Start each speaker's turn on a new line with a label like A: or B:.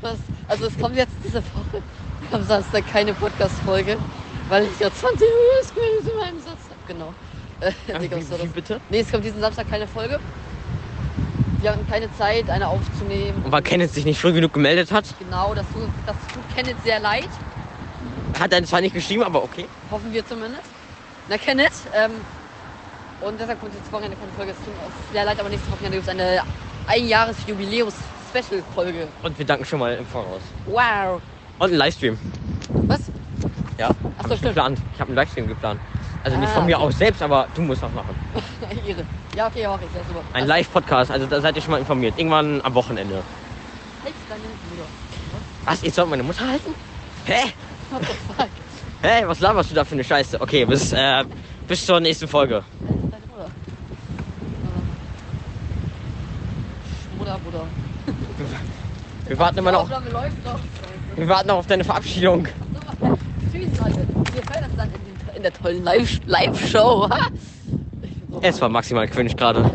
A: Was, also es kommt jetzt diese Woche am Samstag keine Podcast-Folge, weil ich ja 20 Uhr Squares in meinem Satz habe. Genau. Äh, Digga, was war
B: wie, wie
A: das?
B: bitte?
A: Nee, es kommt diesen Samstag keine Folge. Wir hatten keine Zeit, eine aufzunehmen.
B: Und weil Kenneth sich nicht früh genug gemeldet hat,
A: Genau, das tut, das tut Kenneth sehr leid.
B: hat er zwar nicht geschrieben, aber okay.
A: Hoffen wir zumindest. Na, Kenneth. Ähm, und deshalb kommt jetzt Wochenende keine Folge. Es tut mir auch sehr leid, aber nächstes Wochenende gibt es eine Einjahres-Jubiläums-Special-Folge.
B: Und wir danken schon mal im Voraus.
A: Wow.
B: Und einen Livestream.
A: Was?
B: Ja,
A: Ach
B: hab
A: so,
B: ich
A: stimmt.
B: geplant. Ich habe einen Livestream geplant. Also nicht
A: Ah,
B: von mir
A: okay.
B: aus selbst, aber du musst das machen.
A: Ihre. Ja, okay, mach ich. Ja, super.
B: Ein
A: Also,
B: Live-Podcast, also da seid ihr schon mal informiert. Irgendwann am Wochenende.
A: Halt deinen Bruder.
B: Was? Ich soll meine Mutter halten? Hä?
A: What the fuck? Halt
B: Hä? Was laberst du da für eine Scheiße? Okay, bis, äh, bis zur nächsten Folge.
A: deinen Bruder. Äh. Bruder, Bruder.
B: Wir warten immer noch.
A: Aufnahme läuft doch.
B: Wir warten noch auf deine Verabschiedung.
A: So, Tschüss, Leute. Wir hören uns dann in, den, in der tollen Live- Live-Show. Ha! ich bin so
B: Es war maximal cringe gerade.